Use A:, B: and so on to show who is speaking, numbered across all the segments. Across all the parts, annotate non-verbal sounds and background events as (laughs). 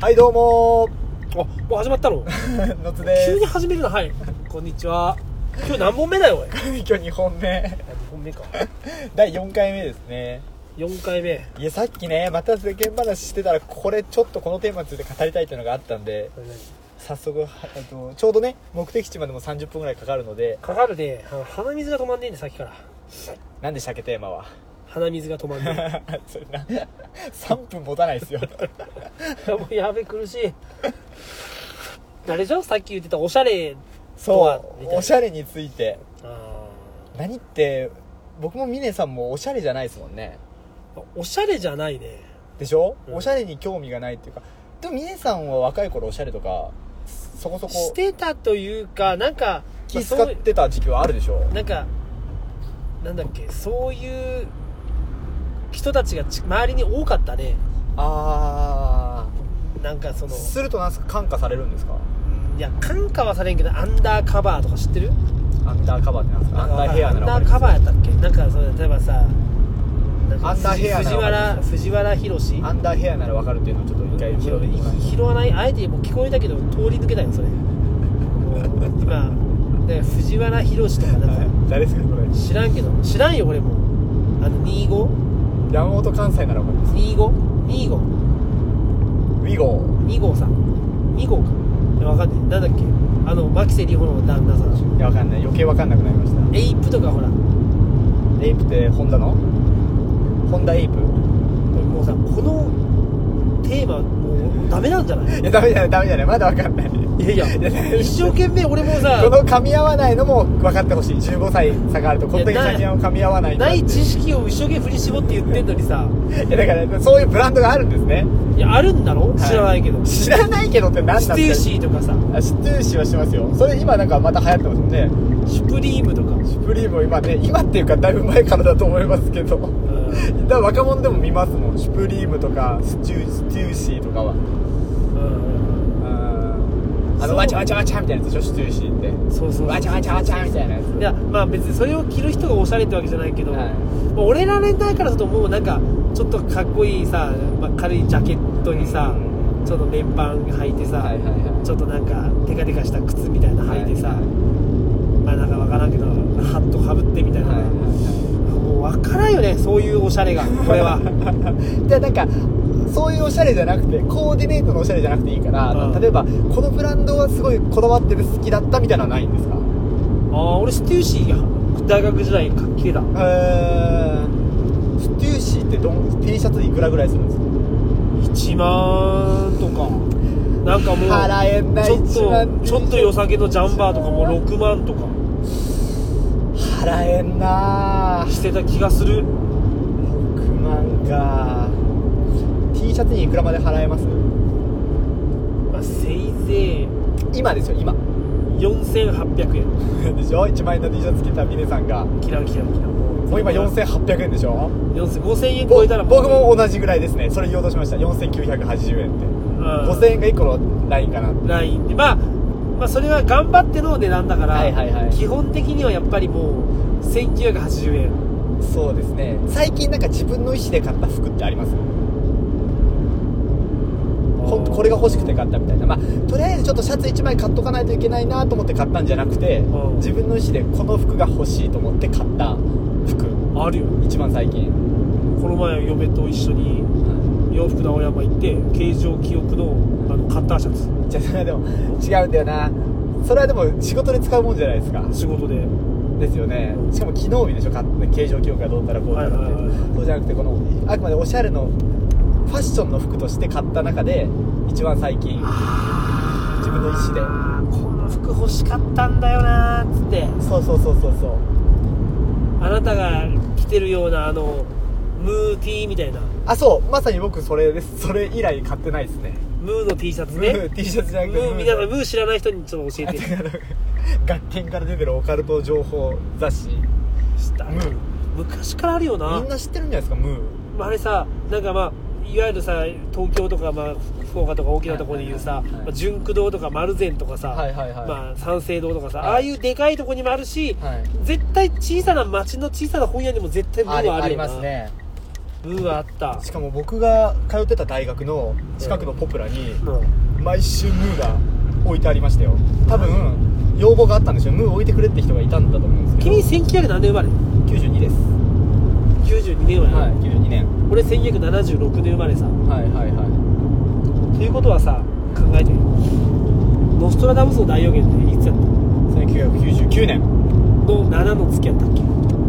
A: はいどうも
B: あもう始まったの
A: ー (laughs) のつ
B: 急
A: で
B: に始めるなはいこんにちは今日何本目だよおい
A: す今日2本目
B: 2本目か
A: 第4回目ですね
B: 4回目
A: いやさっきねまた世間話してたらこれちょっとこのテーマについて語りたいっていうのがあったんで
B: これ何
A: 早速はあとちょうどね目的地までも30分ぐらいかかるので
B: かかるであの鼻水が止まんねえんでさっきから
A: 何でしたっけテーマは (laughs)
B: 鼻水が止まんね
A: それな3分持たない (laughs) ですよ (laughs)
B: えもうやべ苦しいあれじゃさっき言ってたおしゃれ
A: そ
B: みたいうな
A: おしゃれについて
B: あ
A: 何って僕も峰さんもおしゃれじゃないですもんね
B: ーおしゃれじゃないね
A: でしょ、
B: うん
A: おしゃれに興味がないっていうかでも峰さんは若い頃おしゃれとかそこそ
B: し
A: こ
B: てたというかなんか
A: 気使ってた時期はあるでしょ、
B: なんかなんだっけそういう人たちがち周りに多かったね
A: あ
B: なんかそ
A: あ
B: の
A: するとなんすか感化されるんですか
B: いや感化はされんけどアンダーカバーとか知ってる
A: アンダーカバーってなんですかアンダーヘアなら
B: アンダーカバーやったっけなんかその例えばさなんか
A: アンダーヘアな
B: 藤
A: らわか
B: 原
A: るんです
B: 藤原宏
A: アンダーヘアならわかるっていうのをちょっと一回拾ってきまし
B: 拾わないあえてもう聞こえたけど通り抜けたよそれ今ね藤原宏とかな
A: た、
B: んか
A: 誰ですかこれ
B: 知らんけど知らんよ俺もあの
A: 山本関西ならわかります
B: 252525
A: ウィゴー
B: さん2号かいやわかんないなんだっけあの牧瀬里穂の旦那さん
A: いやわかんない余計わかんなくなりました
B: エイプとかほら
A: エイプってホンダのホンダエイプ
B: もうさこのテーマもうダメなんじゃない
A: いやダメじゃないダメじゃないまだわかんない
B: いやいや一生懸命俺も
A: こ
B: さ
A: の噛み合わないのも分かってほしい15歳差があるとこんだけ写真を噛み合わないと
B: ない知識を一生懸命振り絞って言ってんのにさ
A: いやだからそういうブランドがあるんですね
B: いやあるんだろ
A: い
B: 知らないけど、ス
A: 知らないけどって何なん
B: テューシーとかさ
A: ーシーシーはしてますよそれ今なんかまた流行ってますもんね
B: シュプリーム
A: (laughs)
B: とか
A: シュプリームを今ね今っていうかだいぶ前からだと思いますけど (laughs) だか
B: う
A: ら若者でも見ますもんシュプリームとかスチューステューシーとかはうん
B: ん、
A: あ
B: そ
A: の
B: う
A: わちゃわちゃわちゃみたいなやつでしょスチューシーっ
B: そう
A: て
B: そう
A: わちゃわちゃわちゃみたいなやつ
B: いやまあ別にそれを着る人がおしゃれってわけじゃないけど、
A: はい
B: まあ俺ら年代からするともうなんかちょっとかっこいいさ、まあ、軽いジャケットにさ、
A: う
B: ちょっと面パン履いてさ、
A: はいはいはい
B: ちょっとなんかテカテカした靴みたいなの履いてさ、
A: はい
B: まあなんかわからんけどハットかぶってみたいな、
A: はいはい
B: もうわからんよねそういうおしゃ
A: (laughs)
B: れがこれは
A: じゃあなんかそういうおしゃれじゃなくてコーディネートのおしゃれじゃなくていいから、
B: うん
A: 例えばこのブランドはすごいこだわってる好きだったみたいなのはないんですか
B: ああ俺ステューシーが大学時代か着てた
A: へーステューシーってどん T シャツいくらぐらいするんですか
B: 1万とかなんかもう
A: 払えない
B: ちょっ
A: 1万
B: とちょっと良さげのジャンバーとかもう6万とか
A: 払えんなー
B: してた気がする
A: 6万か T シャツにいくらまで払えます
B: まあせいぜい
A: 今ですよ今 (laughs)
B: 4800円
A: でしょ1万円の T シャツ着た峰さんがも
B: キラキラキラも
A: う今4800円でしょ
B: 4000 5000円超
A: ぼ
B: えたら
A: 僕も同じぐらいですねそれ言おうとしました4980円って5000円が1個のラインかな
B: ラインでまあまあそれは頑張っての値段だから、
A: はいはいはい
B: 基本的にはやっぱりもう1980円
A: そうですね最近なんか自分の意思で買った服ってありますほんとこれが欲しくて買ったみたいなまあとりあえずちょっとシャツ1枚買っとかないといけないなと思って買ったんじゃなくて
B: うん
A: 自分の意思でこの服が欲しいと思って買った服
B: あるよ
A: 一番最近
B: この前嫁と一緒に洋服直山行って形状記憶のあのカッターシャツ
A: じゃあそれはでも違うんだよなそれはでも仕事で使うもんじゃないですか
B: 仕事で
A: ですよねしかも機能日でしょ買った形状記憶がどうたらこうたらって、
B: はいはいはい
A: そうじゃなくてこのあくまでおしゃれのファッションの服として買った中で一番最近自分の意思で
B: あーこの服欲しかったんだよなーっつって
A: そうそうそうそうそう
B: あなたが着てるようなあのムーティーみたいな
A: あそうまさに僕それですそれ以来買ってないですね
B: ムーの T シャツ
A: ムー
B: ね
A: T シャツじゃ
B: ム
A: なくて
B: ー皆さんム
A: ー
B: ー知らない人にちょっと教えて
A: 学研から出てるオカルト情報雑誌
B: 知った
A: ムー
B: 昔からあるよな
A: みんな知ってるんじゃないですかムー
B: まああれさなんかまあいわゆるさ東京とか、まあ、福岡とか大きなところでいうさ、
A: はいはいはいはい
B: まあ、純駆動とか丸善とかさ、
A: はいはいはい
B: まあ、三省堂とかさ、
A: はい
B: ああいうでかいとこにもあるし、
A: はい
B: 絶対小さな町の小さな本屋にも絶対ムー
A: あり
B: はあ
A: あ
B: る
A: り
B: よな
A: ますね
B: ブーはあった
A: しかも僕が通ってた大学の近くのポプラに
B: もう
A: 毎週ムーが置いてありましたよ多分要望があったんでしょうムー置いてくれって人がいたんだと思うんですけど
B: 君1900何年生まれ
A: 92です
B: 92年生ま
A: は
B: れ、
A: い92年
B: 俺1976年生まれさ
A: はいはいはい
B: ということはさ考えてみノストラダムスの大予言っていつやったの
A: 1999年
B: の7の月やったっけ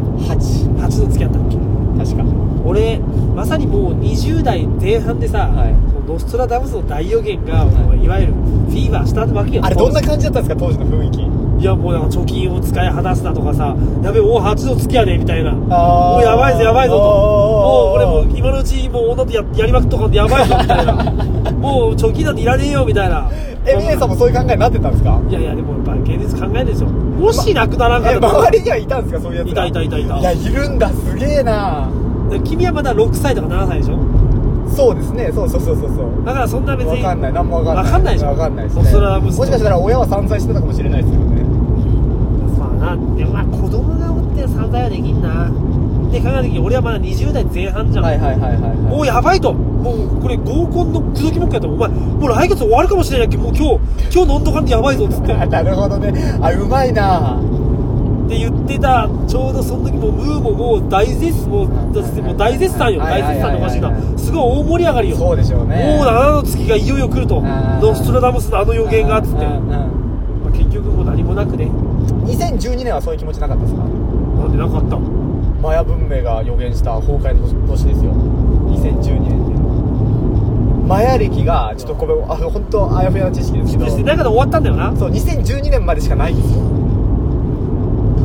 A: 8
B: 8の月やったっけ
A: 確か
B: 俺まさにもう20代前半でさ、
A: はい
B: このノストラダムスの大予言が、
A: はい
B: い、わゆるフィーバーしたわけよ
A: あれどんな感じだったんですか当時の雰囲気
B: いやもうなんか貯金を使い果たすなとかさやべえおお8の月やねみたいな
A: あー
B: もうやばいぞやばいぞともう
A: おー
B: 俺もう今のうちもう女とややりまくっとかんとやばいぞ
A: (laughs)
B: みたいなもう貯金なんていらねえよみたいな
A: え峰さんもそういう考えになってたんですか
B: いやいやでもやっぱ現実考えないでしょもしなくならんか
A: え
B: ったら、
A: 周りにはいたんですかそういうやつが
B: いたいたいたいた
A: いやいるんだすげえな
B: で君はまだ6歳とか7歳でしょ
A: そうですねそうそうそうそうそう
B: だからそんな別
A: わ
B: に
A: かんない何もわかんない
B: わかんないでしょ
A: わかんないです
B: ノ
A: ね
B: ストラダム
A: も
B: ス
A: しかしたら親は散財してたかもしれないですよね
B: まあなでもまあ子供がおって散財はできんなで考えた時俺はまだ20代前半じゃん、
A: はいはいはいはいはい
B: もうやばいともうこれ合コンの口説き文句やったらお前もう来月終わるかもしれないっけもう今日今日飲んどかんでやばいぞっつって
A: あ (laughs) なるほどねあうまいな
B: って言ってたちょうどその時もうムーももう大絶賛もうだってもう大絶賛よ
A: は
B: 大
A: いはい
B: 絶
A: はいは
B: 賛の
A: い
B: おかしいなすごい大盛り上がりよ
A: そうでしょうね
B: もう7の月がいよいよ来ると
A: ん
B: ノストラダムスのあの予言がっつって、
A: うんうん
B: まあ、結局もう何もなくね
A: うん2012年はそういう気持ちなかったですか
B: なんでなかったの
A: マヤ文明が予言した崩壊の年ですよ2012年でマヤ歴がちょっとこれあの本当あやふやな知識ですけど
B: 別に中で終わったんだよな
A: そう2012年までしかないんですよ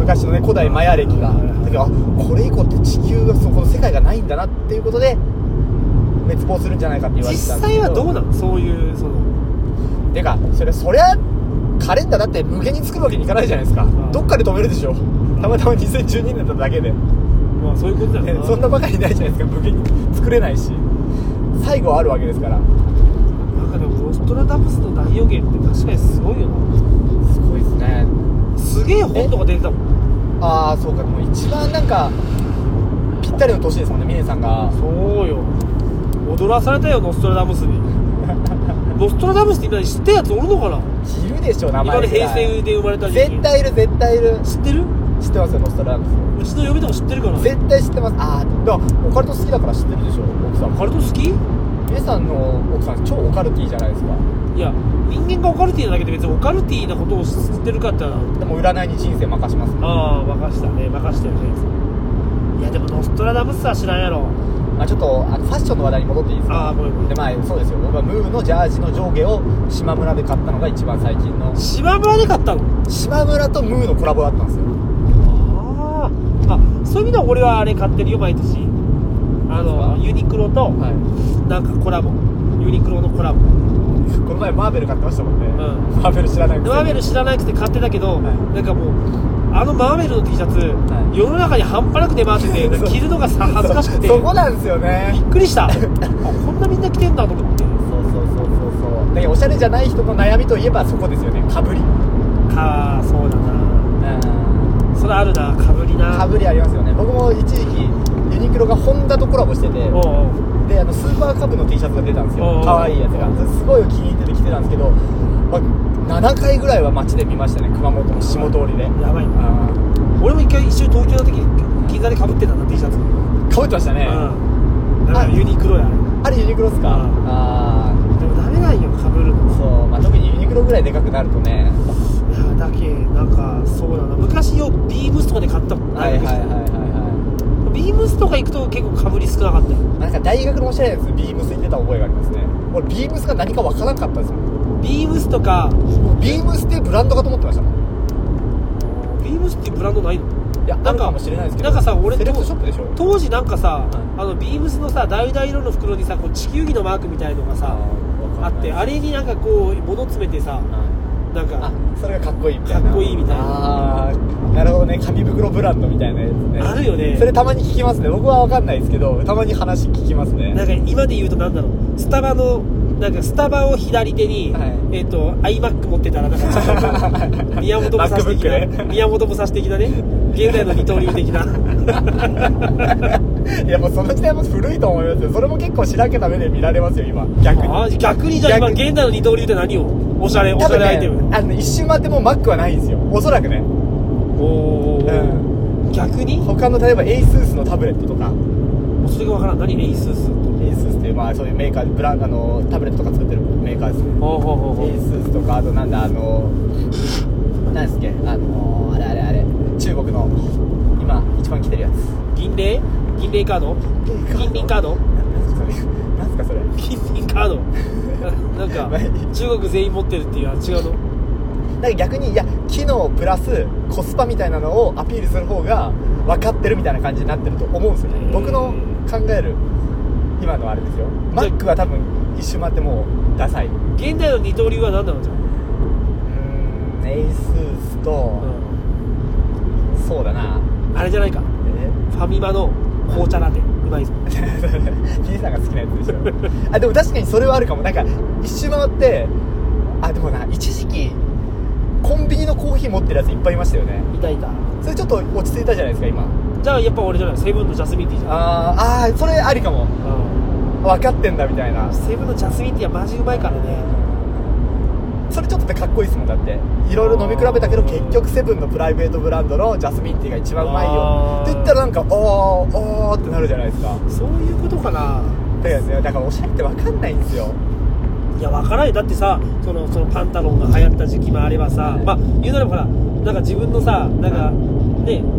A: 昔のね古代マヤ歴がだけどあこれ以降って地球がそうこの世界がないんだなっていうことで滅亡するんじゃないかって言われ
B: 実
A: てたんですけ
B: 際
A: ど
B: はどうなのそういうその
A: てかそれそりゃカレンダーだって無限に作るわけにいかないじゃないですか
B: ん
A: どっかで止めるでしょたまたま2012年だっただけで
B: まあそういうことだよ
A: ね
B: な
A: そんなばかりないじゃないですか無限に作れないし最後はあるわけですから
B: なんかでもノストラダムスの大予言って確かにすごいよな
A: すごいですね
B: すげえ本とか出てたもん
A: ああそうかもう一番なんかぴったりの年ですもんね峰さんが
B: そうよ踊らされたよノストラダムス (laughs) にノストラダムスって今知ってるやつおるのかない
A: るでしょ名
B: 今
A: 前
B: の
A: ぐらい
B: 平成で生まれた人間
A: 絶対いる絶対いる
B: 知ってる
A: 知ってますよノストラダム
B: うちの嫁とか知ってるかな
A: ス絶対知ってますああでもオカルト好きだから知ってるでしょ奥さん
B: オカ
A: も
B: ルト好きい
A: 峰さんの奥さん超オカルティじゃないですか
B: や人間がオカルティーなだけで別にオカルティーなことを知ってるかって言ったら
A: でも占いに人生任します
B: ああ任したね任してるねいやでもノストラダムスは知らんやろ
A: まあ、ちょっとあのファッションの話題に戻っていいですか
B: ああごめんごめん
A: でまあそうですよ僕はムーのジャージの上下を島村で買ったのが一番最近の
B: 島村で買ったの
A: 島村とムーのコラボだったんですよ
B: あーあそういう意味では俺はあれ買ってるよ毎年あのユニクロと
A: は
B: なんかコラボユニクロのコラボ
A: いこの前マーベル買ってましたもんね、
B: う
A: マーベル知らない
B: マーベ
A: ル
B: ル知らなくて買ってたけ
A: は
B: ど、
A: い
B: なんかもうあのマーベルの T シャツ、
A: はい
B: 世の中に半端なく出回って
A: (laughs)
B: てなんか着るのがさ恥ずかしくて
A: そ
B: び
A: そこなんですよね
B: っくりしたあこんなみんな着てんだと思って
A: そうそうそうそうそうだけどおしゃれじゃない人の悩みといえばそこですよねかぶり
B: かそうだなそれあるなかぶりな
A: かぶりありますよね僕も一時期ユニクロがホンダとコラボしてて
B: おうおう
A: であのスーパーカブの T シャツが出たんです
B: おうお
A: よ
B: う
A: 可愛いやつがすごい気に入ってて着てたんですけど、まあ、7回ぐらいは街で見ましたね熊本の下通りで
B: やばいな
A: あ
B: 俺も一回一緒に東京の時に銀座でかぶってたな T シャツ、
A: ーかぶってましたね、
B: うんだからユニクロや
A: あれユニクロっすか
B: あー
A: あ
B: でもダメなんよかぶるの
A: ーそう、まあ、特にユニクロぐらいでかくなるとね
B: いやだけなんかそうだな昔よビームスとかで買ったもん
A: はいはいはいはいは
B: ビームスとか行くと結構かぶり少なかった
A: (laughs)
B: よ
A: いなんか大学のおしゃれなやつビームス行ってた覚えがありますね俺ビームスが何かわからなかったんですよ
B: ビームスとか
A: ビームスっていうブランドかと思ってましたもん
B: ビームスっていうブランドないの
A: いやあ
B: なんか
A: るかもしれないですけど
B: なんかさ俺
A: セレクトショップでしょ
B: 当時なんかさ、
A: い
B: あのビームスのさ橙色の袋にさこう地球儀のマークみたいのがさあってあ
A: れ
B: れになんかこう物詰めてさなんか
A: あそれがかっこいいみたいな
B: かっこいいみたいな
A: あーなるほどね紙袋ブランドみたいなやつね
B: あるよね
A: それたまに聞きますね僕は分かんないですけどたまに話聞きますね
B: なんか今で言うとなんだろうスタバのなんかスタバを左手に、
A: はい
B: えっ、と iMac 持ってたらなんかちょっとこう宮本武蔵的
A: MacBook ね
B: な、宮本武蔵的なね現代の二刀流的な
A: いやもうその時代も古いと思いますよそれも結構しらけた目で見られますよ今逆に
B: あー逆にじゃあ今
A: 逆に
B: 現代の二刀流って何をおしゃれおし
A: 多
B: ゃ
A: 分
B: れアイテム
A: ねあのね一瞬待ってもう Mac はないんですよおそらくね
B: おー逆に
A: 他の例えば ASUS のタブレットとか
B: もうそれがわからん何 ASUS と
A: ASUS っていうまあそういうメーカーでブラあのタブレットとか作ってるメーカーですね
B: ほうほうほうほう
A: ASUS とかあとなんだあの何ですっけあのあれあれあれ中国の今一番来てるやつ
B: 銀霊銀霊カード銀輪カード
A: 何すかそれなんすか
B: 金輪カードなんか
A: まあいい
B: 中国全員持ってるっていうあ違うの
A: それなんか逆にいや機能プラスコスパみたいなのをアピールする方が分かってるみたいな感じになってると思うんですよね僕の考える今のあれですよ
B: じゃあ
A: Mac は多分一周回ってもうダサいう
B: 現代の二刀流は何なのじゃ
A: ーん ASUS と
B: あ、う、
A: そうだなん
B: あれじゃないかフ
A: え
B: ァミマの紅茶ラテうまいぞ
A: 兄さんが好きなやつでしょあでも確かにそれはあるかもなんか一周回ってあでもな一時期コンビニのコーヒー持ってるやついっぱいいましたよね
B: いたいた
A: それちょっと落ち着いたじゃないですか今
B: じゃあやっぱ俺じゃないセブンのジャスミンティーじゃない
A: あーあーそれありかも
B: うん
A: 分かってんだみたいな
B: セブンのジャスミンティーはマジうまいからね
A: それちょっとかっこいいですもんだっていろいろ飲み比べたけど結局セブンのプライベートブランドのジャスミンティーが一番うまいよ
B: あー
A: って言ったらなんかあーあーってなるじゃないですか
B: そういうことかな
A: だから,、ね、だからおしゃれって分かんないんですよ
B: いやわからないだってさそのそのパンタロンが流行った時期もあればさ、まあ言うならほらなんか自分のさなんか、ね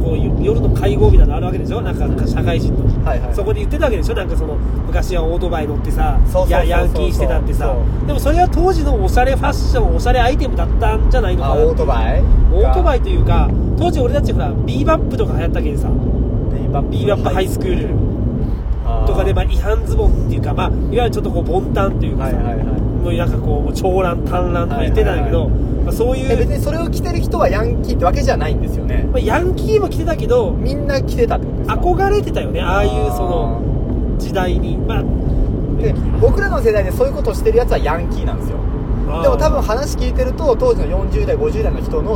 B: こういう夜の会合みたいなのあるわけでしょなんかなんか社会人の、
A: はいはい
B: そこで言ってたわけでしょなんかその昔はオートバイ乗ってさ
A: そうそうそうそう
B: やヤンキーしてたってさ
A: そ
B: でもそれは当時のおしゃれファッションおしゃれアイテムだったんじゃないの
A: あ
B: かな
A: オートバイ
B: オートバ
A: イ
B: イというか当時俺たちほらビーバップとか流行ったけどさ
A: ビーバップ
B: ビーバップハイスクール、とかで、まあ、違反ズボンっていうか、まあ、いわゆるちょっとこうボンタンというかさ、
A: はいはいはい
B: もうなんかこう長乱短乱とか言ってたんだけど、
A: はいはい
B: まあ、そうい
A: え別
B: う、
A: にそれを着てる人はヤンキーってわけじゃないんですよね
B: まあ、ヤンキーも着てたけど
A: みんな着てたってことですか
B: 憧れてたよねああいうその時代に、まあ、
A: で僕らの世代でそういうことをしてるやつはヤンキーなんですよでも多分話聞いてると当時の40代50代の人の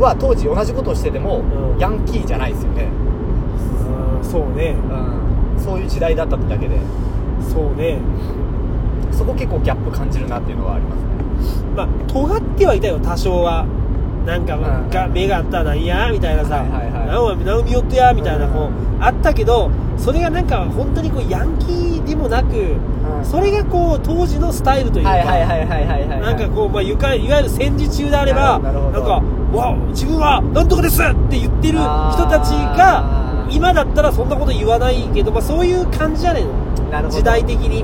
A: は当時同じことをしてても
B: うん
A: ヤンキーじゃないですよね、
B: 分そうね
A: うん、そういう時代だったってだけで
B: そうね
A: そこ結構ギャップ感じるなっていうのはありますね
B: まあ尖ってはいたよ多少はなんか、
A: うん
B: が目があったらなんやみたいなさ、
A: はいはいはい
B: なお前なおみよってやみたいなこう、あったけどそれがなんか本当にこうヤンキーでもなく、
A: ん
B: それがこう当時のスタイルというか、
A: はいはいはいはいはいはい
B: なんかこう、まあ、ゆかいわゆる戦時中であれば
A: な
B: な
A: るほ
B: ん
A: ど
B: か
A: なる
B: 「わあ自分はなんとかです!」って言ってる人たち
A: あ
B: が
A: ー
B: 今だったらそんなこと言わないけど、まあ、そういう感じじゃないの
A: なるほど
B: 時代的に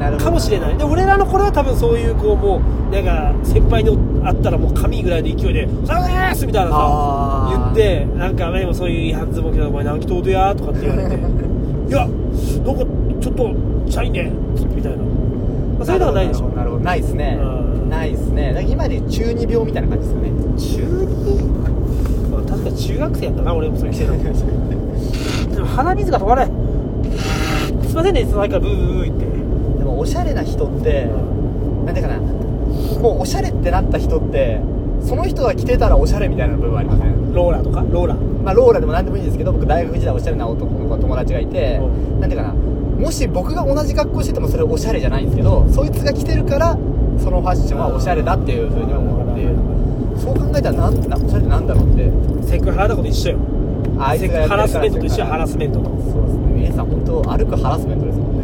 A: なるほど
B: かもしれないで俺らの頃は多分そういうこうもうなんか先輩に会ったらもう神ぐらいの勢いで「さあです!」みたいなさ言
A: あー
B: ってなんかねもうそういう違反ズボンけどお前何着とうとやとかって言われて「いやなんかちょっとチャイね」みたいな、まあ、そういうのはないでしょ
A: なるほどないですね
B: うん
A: ないですねだから今でいう中二病みたいな感じですよね (laughs)
B: 中二まあ確かに中学生やったな俺もそれ着て
A: (laughs)
B: たのでも鼻水が止まらないすいませんねその前からブーブーブー言っ
A: でもおしゃれな人って、なんていうかなもうおしゃれってなった人ってその人が着てたらおしゃれみたいな部分ありません
B: てローラとかローラ
A: まあローラでも何でもいいんですけど僕大学時代おしゃれな男の子友達がいて
B: う
A: なんていうかなもし僕が同じ格好しててもそれおしゃれじゃないんですけどそいつが着てるからそのファッションはおしゃれだっていうふうに思ってそう考えたらなんなおしゃれってなんだろうって
B: セクハラとかと一緒よ
A: あいつ
B: セク
A: がやってるから
B: ハラスメントと一緒よハラ
A: ス
B: スメントと
A: そうですね皆さん本当歩くハラスメントですもんね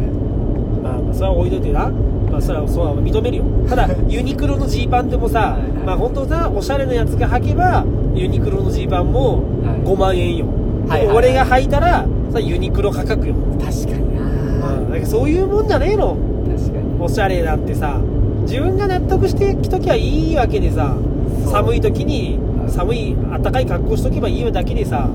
B: まあまあそれは置いといてなまあそれはそうは認めるよ
A: (laughs)
B: ただユニクロのジーパンでもさ
A: はいはい
B: まあ本当さおしゃれなやつが履けばユニクロのジーパンも
A: はい
B: 5万円よ、
A: はい
B: でも
A: はい
B: 俺が履いたらさユニクロ価格よ、
A: 確かにな、
B: うん、なんかそういうもんじゃねえの
A: 確かに
B: おしゃれだってさ自分が納得して着ときゃいいわけでさ
A: そう
B: 寒い時に寒い暖かい格好しとけばいいだけでさ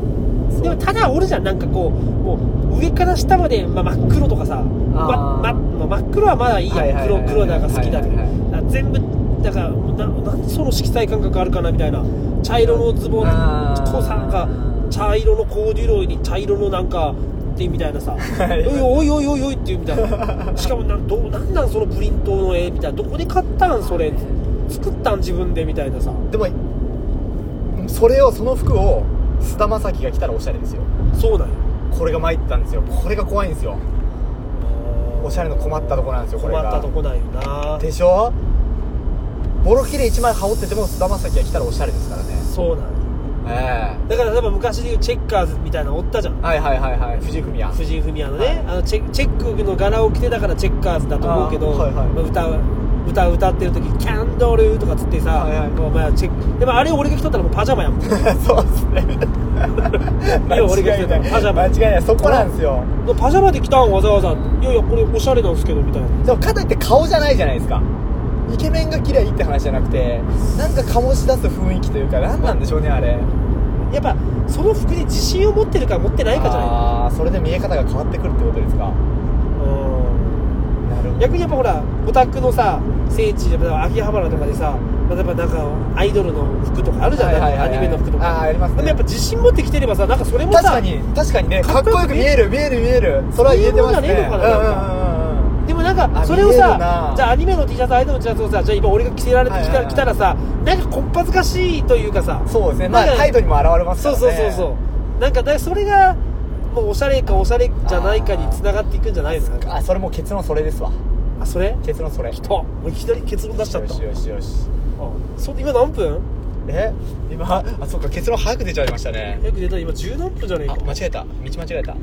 A: そう
B: でもただおるじゃんなんかこうもう上から下まで、まあ、真っ黒とかさままま真っ黒はまだいいやん、
A: はいはいはいはい
B: 黒黒なんか好きだけど、
A: はいはい
B: だから全部だからななんでその色彩感覚あるかなみたいな茶色のズボン
A: あー
B: こうさなんか茶色のコーデュロイに茶色のなんかってみたいなさ
A: はい
B: おいおいおいおいおいっていうみたいなしかもなんどうなんなんそのプリントの絵みたいなどこで買ったんそれ作ったん自分でみたいなさ
A: でもそれをその服を菅田将暉が着たらおしゃれですよ
B: そうなんよ
A: これが参ったんですよこれが怖いんですよおしゃれの困ったとこなんですよこれが
B: 困ったとこなんよな
A: でしょボロ切れ1枚羽織ってても菅田将暉が着たらおしゃれですからね
B: そうなんよ
A: え
B: だから例えば昔でいうチェッカーズみたいなのおったじゃん
A: えはいはいはいはい藤井フミヤ
B: 藤井フミヤのね、
A: はい
B: あのチェチェックの柄を着てだからチェッカーズだと思うけど、
A: あーはいはい
B: まあ歌う歌歌ってる時キャンドルとかつってさ、
A: はいはい
B: こうまあチェックでもあれ俺が着とったらもうパジャマや
A: (laughs)
B: もん
A: そうです (laughs) ね
B: 要は俺が着てたパジャマ
A: 間違いないそこなんですよ
B: パジャマで着たんわざわざいやいやこれおしゃれなんですけどみたいな
A: でもかといって顔じゃないじゃないですかイケメンが嫌いいって話じゃなくてなんか醸し出す雰囲気というか何なんでしょうねあれ
B: やっぱその服に自信を持ってるか持ってないかじゃない
A: ああーそれで見え方が変わってくるってことですか
B: うん
A: なるほ
B: 逆にやっぱほらオタクのさ聖地で秋葉原とかでさ例えばなんかアイドルの服とかあるじゃない,、
A: はいはいはいはい
B: アニメの服とか
A: あーありますね
B: でもやっぱ自信持って着てればさなんかそれもさ
A: 確かに確かにね
B: か
A: か
B: っ
A: っ
B: こ
A: こよ
B: よく
A: く
B: 見
A: 見
B: え
A: える見える見えるそれは言えてますね
B: そういうもんじゃねえのか
A: うんうんうんうん
B: でもなんか
A: あ
B: それを
A: 見える
B: さ
A: な
B: じゃあアニメの T シャツアイドルの T シャツをさじゃあ今俺が着せられてき
A: はいは
B: た
A: いはい
B: 来たらさなんかこっぱずかしいというかさ
A: そうですねまあ
B: なんか
A: 態度にも現れますか
B: そう
A: らね
B: そうそうそうなんかだからそれがもうおしゃれかおしゃれじゃないかにつながっていくんじゃないですか
A: あそれもう結論それですわ
B: あそれ
A: 結論それよし
B: と俺いきなり結論出しちゃった
A: よしよし
B: あそ今何分
A: え今あそっか結論早く出ちゃいましたね
B: よく出た今十何分じゃねえか
A: あ間違えた道間違えた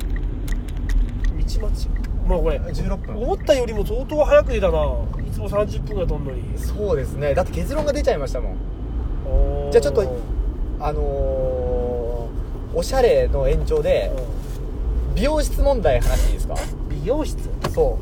B: 道待ちまあこれ
A: 16分
B: 思ったよりも相当早く出たないつも30分ぐらい飛んのに
A: そうですねだって結論が出ちゃいましたもん
B: おー
A: じゃあちょっと
B: うん
A: あのー、おしゃれの延長で美容室問題話していいですか
B: 美容室
A: そ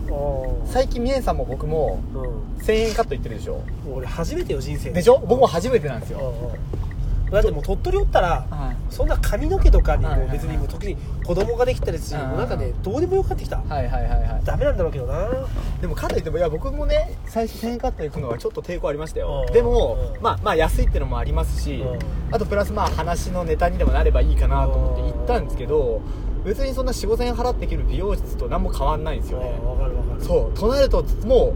A: う
B: あ
A: 最近ミエさんも僕も
B: うん
A: 1000円カット言ってるでしょ
B: 俺初めてよ人生
A: でしょ僕も初めてなんですよ
B: うんだってもう鳥取おったら
A: はい
B: そんな髪の毛とかに
A: はい
B: も
A: はいはい
B: 別にもう時に子供ができたりする
A: うん
B: もうなんかねどうでもよくなってきた
A: はいはいはいは
B: ダメなんだろうけどない
A: でもかといってもいや僕もね最初1000円カット行くのはちょっと抵抗ありましたよ
B: うん
A: でも
B: うん
A: まあまあ安いってのもありますし
B: う
A: あとプラスまあ話のネタにでもなればいいかなと思って行ったんですけど別にそんな4 5 0 0円払ってきる美容室と何も変わんないんですよね
B: わかるわかる
A: そうとなるともう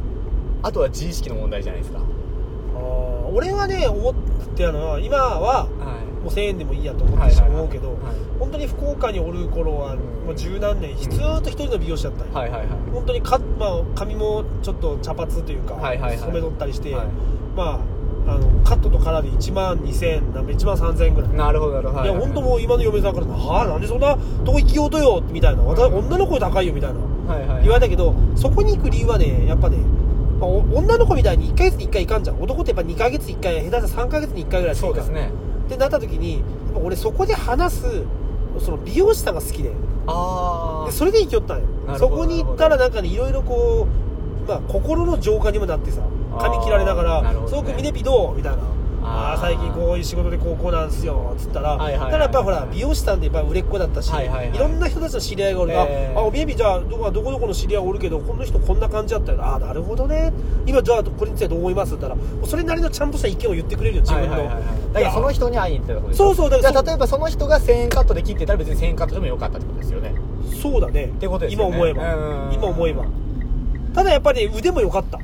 A: あとは自意識の問題じゃないですか
B: あー俺はね思ってたのは今は
A: は
B: もう1000円でもいいやと思ってし思うけど
A: はい
B: 本当に福岡におる頃はもう十何年ずーっと一人の美容師だったんよ
A: はいはいはい
B: 本当にか、まあ、髪もちょっと茶髪というか、
A: はいはいはい
B: 染めとったりして、
A: はい
B: まあ、あのカットとカラーで1万2000なんか1万3000円ぐらい、
A: なるほどなるほど
B: いや本当もう今の嫁さんから「はあなんでそんなとこ行きようとよ」みたいな「私女の子高いよ」みたいな
A: はいはい
B: 言われたけどそこに行く理由はねやっぱねまあお女の子みたいに1ヶ月に1回行かんじゃん男ってやっぱ2ヶ月1回下手したら3ヶ月に1回ぐらいしか
A: そ
B: 行
A: う
B: か
A: で
B: ん
A: すね
B: ってなった時にやっぱ俺そこで話すその美容師さんが好きで
A: ああ
B: でそれで行きよったんよ
A: なる
B: そ
A: ほど
B: こに行ったらなんかねいろいろこう、まあ、心の浄化にもなってさ髪切られなが
A: あーな
B: ら
A: るほ
B: 「す
A: どね
B: ごく峰ピどう?」みたいな「あ
A: あー
B: あー最近こういう仕事でこうこうなんすよ」っつったら、
A: はいはいはい
B: ただやっぱほら美容師さんでやっぱ売れっ子だったし、
A: はいいはいはい
B: ろんな人たちの知り合いがおるから
A: えー
B: あ峰ピじゃあどこどこどこの知り合いおるけどこの人こんな感じだったよああなるほどね今じゃあこれについてどう思います?」って言ったらそれなりのちゃんとした意見を言ってくれるよ自分の、
A: はいはいはいはいだからその人に会いに行ってたとことです
B: そうそうだから
A: じ
B: そ
A: ゃ
B: う
A: あ例えばその人が1000円カットで切ってたら別に1000円カットでもよかったってことですよね
B: そうだね
A: てことです
B: 今
A: よね
B: 思えば
A: うん
B: 今思えばただやっぱり、腕も良かった
A: あ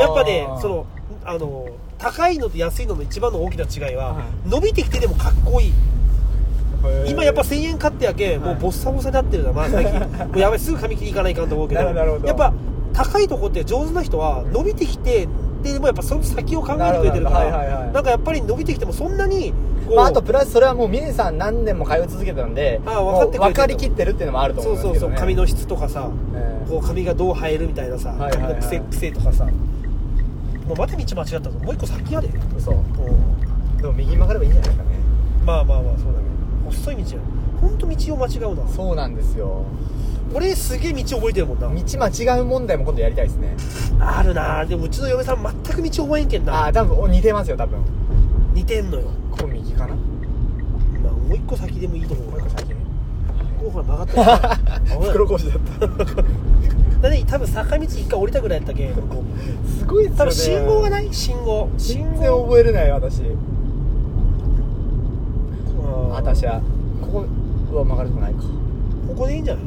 B: やっぱねそのあの高いのと安いのの一番の大きな違いは、
A: は
B: 伸びてきてでもかっこいい今やっぱ1000円買ってやけもう
A: はい
B: ボッサボサになってるな、まあ、最近
A: (laughs)
B: もうやばいすぐ髪切り行かないかんと思うけど
A: なるほどなるほど
B: やっぱ高いとこって上手な人は伸びてきてでもやっぱその先を考えてくれてるから
A: なるほどなるほどはいはいはい
B: なんかやっぱり伸びてきてもそんなにこう、
A: まあ、あとプラスそれはもう峰さん何年も通い続けてたんで
B: あー分かってくれてる
A: もう分かりきってるっていうのもあると思
B: そううん
A: で
B: そ
A: す
B: う
A: けど、
B: そう
A: ね、
B: 髪の質とかさ、
A: ええ
B: こう髪がどう生えるみたいなさ、
A: はいはいはい
B: 髪の癖癖とかさもうまた道間違ったぞもう一個先やで
A: そうでも右に曲がればいいんじゃないですかね
B: まあまあまあそうだけど細い道やほんと道を間違うな
A: そうなんですよ
B: 俺すげえ道覚えてるもんな
A: 道間違う問題も今度やりたいですね
B: あるなでもうちの嫁さん全く道覚えんけん
A: あ
B: な
A: あ多分お似てますよ多分
B: 似てんのよ
A: ここ右 (laughs) かな
B: まあもう一個先でもいいと思う
A: これ先に
B: こうほら曲がった危ない
A: 黒腰だった
B: だね多分坂道一回降りたぐらいやったけんこう
A: (laughs) すごいっす
B: 多
A: よね
B: 分信号がない信号信
A: 全然
B: 号
A: 覚えれない私
B: うん
A: 私はここは曲がるとこないか
B: ここでいいんじゃない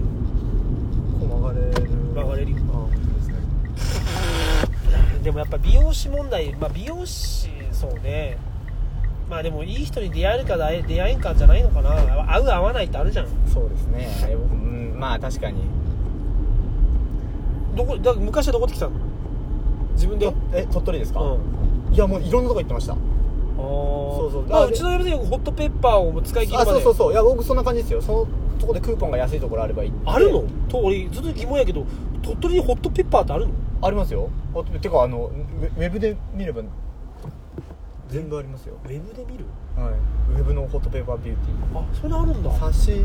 A: バレる
B: バカレリ
A: あ本当ですね
B: でもやっぱ美容師問題、まあ、美容師そうねまあでもいい人に出会えるか出会え出会えんかじゃないのかな合う合わないってあるじゃん
A: そうですねあれ僕うんまあ確かに
B: どこだ昔はどこで来たの自分で
A: とえ鳥取ですか、
B: ん
A: いやもういろんなとこ行ってました
B: そ
A: そうそう
B: まあ、うちの嫁でよくホットペッパーを使い切るま
A: あ
B: で
A: そうそうそういや僕そんな感じですよそのとこでクーポンが安いところあればいい
B: あるのと俺ずっと疑問やけど鳥取にホットペッパーってあるの
A: ありますよあてかあのウェウェブで見れば全部ありますよ
B: ウェブで見る
A: はいウェブのホットペーパービューティ
B: あそれあるんだ
A: ー冊子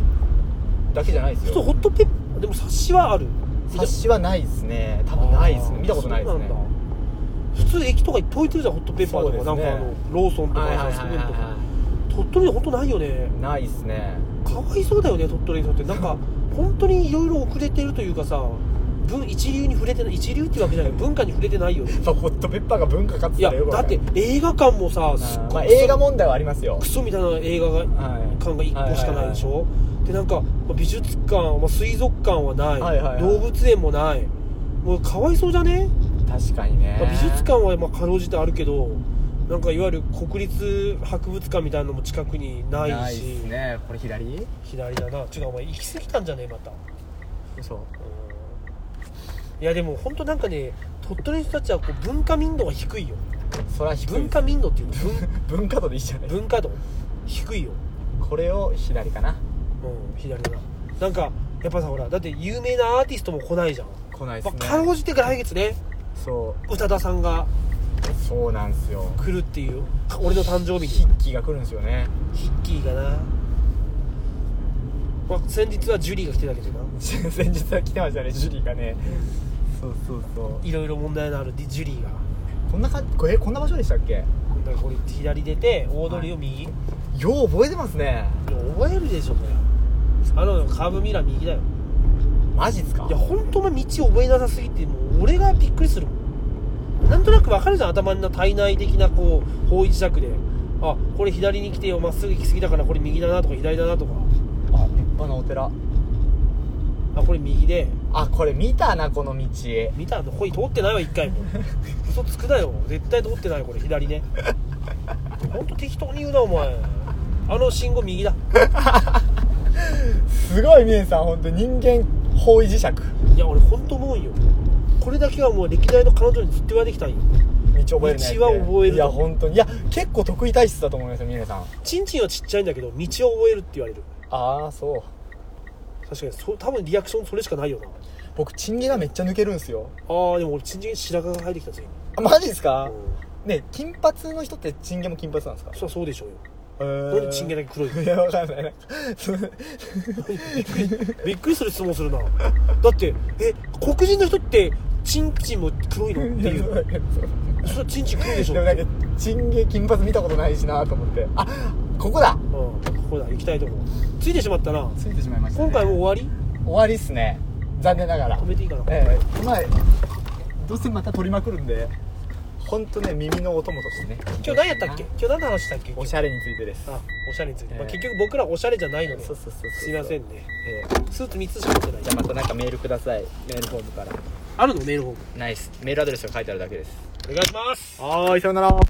A: だけじゃないです
B: ちょっと
A: よ
B: ホットペッパーでも冊子はある
A: 冊子はないですね多分ないですね見たことないですね
B: そうなんだ普通駅とかいっぱい置いてるじゃんホットペッパーと
A: そ
B: か、
A: うです
B: なん
A: ね
B: かあのローソンとか
A: はいはい
B: さ
A: はいは
B: セ
A: い
B: ブンとか
A: は
B: 鳥取に本当ないよね
A: いないですね
B: かわいそうだよね鳥取にとってなんか本当にいろいろ遅れてるというかさ文一流に触れてない一流っていうわけじゃない文化に触れてないよね
A: そうホットペッパーが文化活
B: い
A: 動
B: や
A: だよ
B: だって映画館もさすっごい、
A: まあ、映画問題はありますよ
B: クソみたいな映画が
A: はい
B: 館が1個しかないでしょ、でなんかまあ美術館、まあ、水族館はない,、
A: はいはいはい
B: 動物園もないもうかわいそうじゃね、
A: 確かにね
B: まあ美術館はまあかろうじてあるけどなんかいわゆる国立博物館みたいなのも近くにないし
A: ないですねこれ左
B: 左だな違うお前行き過ぎたんじゃねえまた
A: そう
B: うんいやでも本当なんかね鳥取の人たちはこう文化民度が低いよ
A: それは低い
B: 文化民度っていうの文
A: 文化度でいいじゃない
B: 文化度低いよ
A: これを左かな
B: うん左だななんかやっぱさほらだって有名なアーティストも来ないじゃん、
A: 来ないで
B: ます
A: ね
B: あ、かろうじて来月ね
A: そ
B: 宇多田さんが
A: うそうなんですよ
B: 来るっていうか俺の誕生日
A: ヒ
B: に
A: ッキーが来るんですよね
B: ヒッキーがな、まあ、先日はジュリーが来てたけどな
A: 先日は来てましたねジュリーがねそうそうそう
B: いろいろ問題のあるジュリーが
A: こんなかこれこんな場所でしたっけ
B: だからこれ左出て大通りを右、
A: よう覚えてますね
B: いや覚えるでしょこれあのカーブミラー右だよ
A: マジっすか
B: いやほんとお前道覚えなさすぎてもう俺がびっくりするもんなんとなくわかるじゃん頭の体内的なこう方位磁石であこれ左に来てよまっすぐ行き過ぎだからこれ右だなとか左だなとか
A: あ立派なお寺
B: あこれ右で
A: あこれ見たなこの道
B: 見たのこい通ってないわ一回も嘘つくなよ絶対通ってないよこれ左ねほんと適当に言うなお前あの信号右だ
A: すごいミネさん本当人間方位磁石
B: いや俺ほんと思うよこれだけはもう歴代の彼女にずっと言われてきたんよ
A: 道覚えるねって
B: 道は覚える
A: いや本当にいや結構得意体質だと思いますよミネさん
B: チンチンはちっちゃいんだけど道を覚えるって言われる
A: ああそう
B: 確かにそ多分リアクションそれしかないよな
A: 僕チンゲがめっちゃ抜けるんですよ
B: あーでも俺チンチンに白髪が生えてきたぜ
A: あマジです
B: 今
A: か
B: うん
A: ね金髪の人ってチンゲも金髪なんですか
B: そりゃそうでしょうよ
A: えー
B: なんでチンゲだけ黒いの
A: いやわかんないなんか
B: びっくりする質問するなだってえ黒人の人ってチンチンも黒いのってい
A: いやそう
B: うそれはチンチン黒いでしょ
A: でもなんかチンゲ金髪見たことないしなと思ってあここだ
B: うんここだ行きたいとこついてしまったな
A: ついてしまいました、ね、
B: 今回もう終わ
A: 終わりっすね残念ながら
B: り止めていいかな
A: ええまあどうせまた取りまくるんで本当ね耳のお供としてね
B: 今日何やったっけ今日何の話したっけ
A: おしゃれについてです
B: あおしゃれについて、まあ、
A: ええ
B: 結局僕らおしゃれじゃないので
A: そうそうそうそう
B: すいませんね
A: ええ
B: スーツ3つしか持ってない
A: じゃあまたなんかメールくださいメールフォームから
B: あるのメールフォーム
A: ナイスメールアドレスが書いてあるだけです
B: お願いします
A: はーいさよなら